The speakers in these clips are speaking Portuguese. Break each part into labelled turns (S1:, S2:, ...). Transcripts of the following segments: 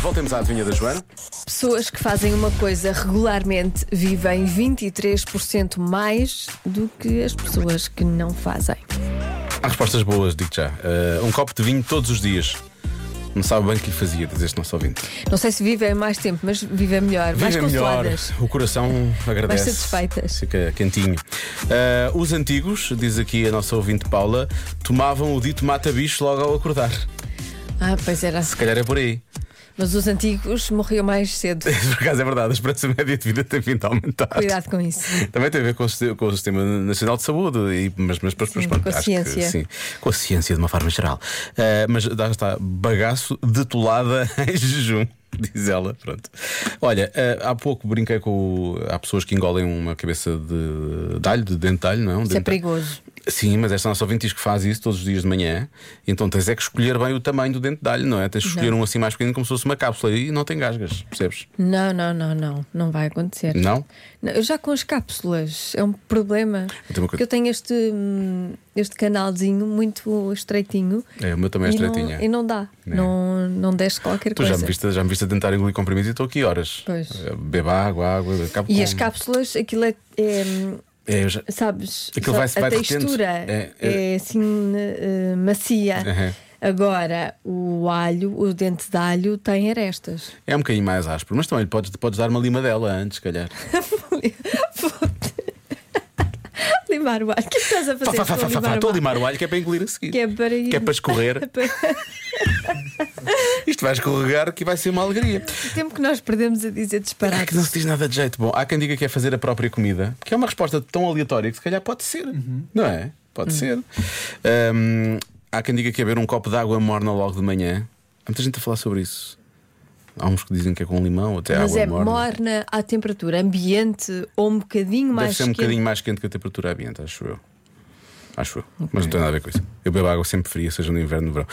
S1: Voltemos à adivinha da Joana.
S2: Pessoas que fazem uma coisa regularmente vivem 23% mais do que as pessoas que não fazem.
S3: Há respostas boas, digo já. Eh, um copo de vinho todos os dias. Não sabe bem o que lhe fazia, diz este nosso ouvinte.
S2: Não sei se vivem mais tempo, mas vivem melhor, mais
S3: Viva melhor,
S2: consoladas.
S3: o coração agradece.
S2: Mais satisfeitas.
S3: Fica quentinho. Eh, os antigos, diz aqui a nossa ouvinte Paula, tomavam o dito mata-bicho logo ao acordar.
S2: Ah, pois era.
S3: Se calhar é por aí.
S2: Mas os antigos morriam mais cedo.
S3: Por acaso é verdade, a esperança média de vida tem vindo a aumentar.
S2: Cuidado com isso.
S3: Também tem a ver com o, sistema- com o Sistema Nacional de Saúde, e, mas, mas, mas, mas
S2: Sim,
S3: pronto,
S2: com a
S3: acho que
S2: ciência.
S3: sim. Com a ciência de uma forma geral. Eh, mas lá está, bagaço detolada em jejum. Diz ela, pronto. Olha, eh, há pouco brinquei com. o- Há pessoas que engolem uma cabeça de, de alho, de dente de alho, não é? Um
S2: Isso é
S3: dente de alho.
S2: perigoso.
S3: Sim, mas esta nossa ouvinte diz que faz isso todos os dias de manhã, então tens é que escolher bem o tamanho do dente de alho, não é? Tens de escolher
S2: Exato.
S3: um assim mais pequenino, como se fosse uma cápsula, e não tem gasgas, percebes?
S2: Não, não, não, não. Não vai acontecer.
S3: Não?
S2: Não, eu já com as cápsulas é um
S3: Eu
S2: problema.
S3: tenho uma coisa-
S2: Porque eu tenho este, hum, este canalzinho muito estreitinho.
S3: É, o meu também é
S2: e não-
S3: estreitinho.
S2: E não dá.
S3: É.
S2: Não, não desce qualquer
S3: Tu
S2: coisa.
S3: já me, viste, já me viste a tentar engolir comprimidos e estou aqui horas.
S2: é. Pois.
S3: Eh, Bebo água, água, acabo
S2: E
S3: com-
S2: as cápsulas, aquilo é. é, hum,
S3: É, eu já-
S2: sabes?
S3: Aquilo
S2: só-
S3: vai-se-
S2: a
S3: vai derretendo.
S2: textura
S3: É,
S2: é,
S3: é-
S2: assim eh, macia.
S3: Aham.
S2: Agora, o alho, o dente de alho tem arestas.
S3: É um bocadinho mais áspero, mas também lhe podes, podes dar uma lima dela antes, se calhar.
S2: limar o alho. O que é que estás a
S3: Fá,
S2: fazer?
S3: fá, fá, fá, fá,
S2: com limar o
S3: Estou a
S2: alho?
S3: limar o alho que é para engolir a seguir.
S2: Que é para ir-
S3: Que é para escorrer. Isto vai escorregar que vai ser uma alegria.
S2: O tempo que nós perdemos a dizer
S3: É que não
S2: disparates.
S3: se diz nada de jeito bom. Há quem diga que é fazer a própria comida, que é uma resposta tão aleatória que se calhar pode ser,
S2: Uhum.
S3: não é? Pode ser. Hum, há quem diga que é beber um copo de água morna logo de manhã. Há muita gente a falar sobre isso. Há uns que dizem que é com limão, até
S2: Mas
S3: água
S2: é
S3: morna.
S2: morna à temperatura ambiente ou um bocadinho
S3: Deve
S2: mais
S3: ser um
S2: quente.
S3: bocadinho mais quente que a temperatura ambiente, acho eu. Acho eu. Mas não tem nada a ver com isso. Eu bebo água sempre fria, seja no inverno ou no verão.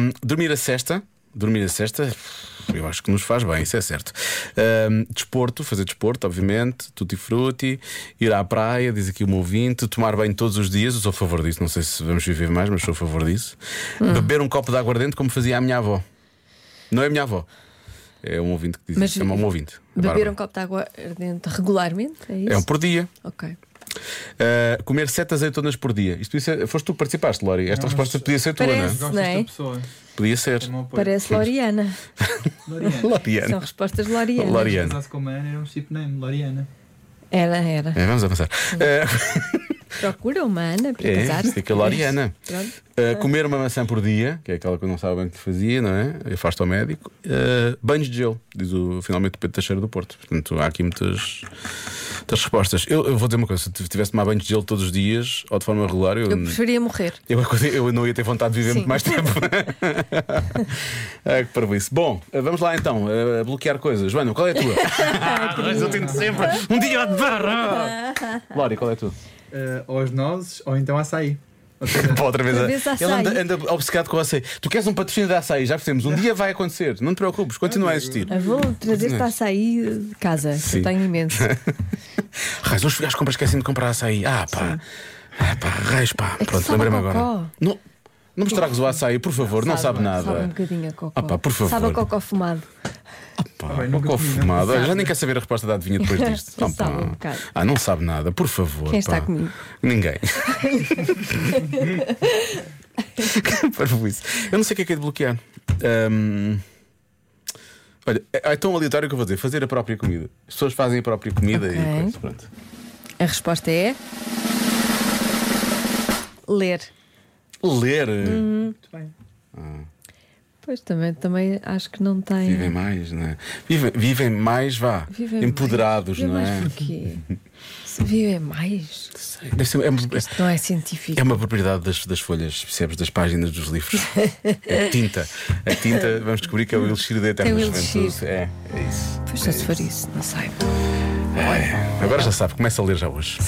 S3: Hum, dormir a cesta. Dormir a cesta, eu acho que nos faz bem, isso é certo. Hum, desporto, fazer desporto, obviamente, tutti frutti, ir à praia, diz aqui o meu ouvinte, tomar banho todos os dias, eu sou a favor disso, não sei se vamos viver mais, mas sou a favor disso.
S2: Hum.
S3: Beber um copo de aguardente, como fazia a minha avó. Não é a minha avó, é um ouvinte que diz,
S2: Mas
S3: isso, chama um ouvinte. a
S2: Beber
S3: Bárbara.
S2: um copo de água ardente regularmente? É isso?
S3: É um por dia.
S2: Ok.
S3: Uh, comer sete azeitonas por dia. Isto, isso é- foste tu que participaste, Lori. Esta
S4: Não,
S3: resposta
S4: mas-
S3: podia ser tua,
S2: Parece.
S3: não
S4: Gosto
S2: Não é?
S4: desta pessoa.
S3: é? Podia ser.
S4: É meu apoio.
S2: Parece Loriana.
S4: Loriana.
S2: São
S3: Loriana.
S2: respostas Loriana.
S3: Loriana.
S4: Casasse com uma Ana era um chip name, Loriana.
S2: Era, era.
S3: É, vamos avançar.
S2: Procura uma Ana para
S3: É,
S2: casar.
S3: isto é que é Loriana.
S2: Pronto.
S3: Uh, uh, comer uma maçã por dia, que é aquela que eu não sabia bem que fazia, não é? Afasta ao médico. Uh, banhos de gelo, diz o, finalmente o Pedro Teixeira do Porto. Portanto, há aqui muitas, muitas respostas. Eu, eu vou dizer uma coisa: se eu tivesse de tomar banhos de gelo todos os dias ou de forma regular, eu, Hum.
S2: Eu preferia morrer.
S3: Eu, eu não ia ter vontade de viver
S2: Sim.
S3: muito mais tempo. ah, que parvoíce. Bom, ah, vamos lá então, ah, bloquear coisas. Joana, qual é a tua? Mas eu tento sempre um dia de barra. Lori, qual é a tua?
S4: Eh, ou as nozes, ou então açaí. Ou seja,
S3: Pá, outra vez. é-
S2: Outra vez açaí.
S3: Ele anda, anda obcecado com o açaí. Tu queres um patrocínio de açaí, já fizemos. Um dia vai acontecer, não te preocupes, continua a existir.
S2: Ah, Vou trazer-te a sair de casa, que
S3: Sim.
S2: eu tenho imenso.
S3: Raios, uns gajos compram esquecem de comprar açaí. Ah, pá. Ah, pá, raios, pá.
S2: É que
S3: Pronto,
S2: sabe
S3: lembrei-me
S2: a cocó.
S3: agora. Não, não me estragues o açaí, por favor, não sabe nada.
S2: Sabe um bocadinho a cocó.
S3: Ah, pá, por favor.
S2: Sabe a cocó fumado.
S3: Pá,
S4: Ah, bem,
S3: pá,
S4: nunca comi, não.
S3: fumado. Olha,
S2: Sabe.
S3: Já nem quer saber a resposta da adivinha depois disto.
S2: Não
S3: Ah, pá.
S2: sabe um bocado.
S3: ah, não sabe nada, por favor.
S2: Quem
S3: pá.
S2: está comigo?
S3: Ninguém. Parvoíce. Eu não sei o que é que é de bloquear. Hum, Olha, é é tão aleatório que eu vou dizer: fazer a própria comida. As pessoas fazem a própria comida e
S2: Ok.
S3: coisa, pronto.
S2: A resposta é. Ler.
S3: Ler, eh,
S2: Hum.
S4: muito bem.
S2: Pois também, também acho que não tem.
S3: vivem mais, não é? Vivem, vivem mais, vá.
S2: Vivem
S3: Empoderados,
S2: mais.
S3: não
S2: Vivem
S3: é?
S2: mais porquê? Se vivem mais.
S3: Deve ser- é uma-
S2: Isto não é científico.
S3: É uma propriedade das, das folhas, percebes? Das páginas dos livros. É tinta. A tinta, vamos descobrir que é o elixir da eterna
S2: É o elixir.
S3: juventude. É, é isso.
S2: Pois só se for isso, não sei.
S3: Agora já sabe, começa a ler já hoje.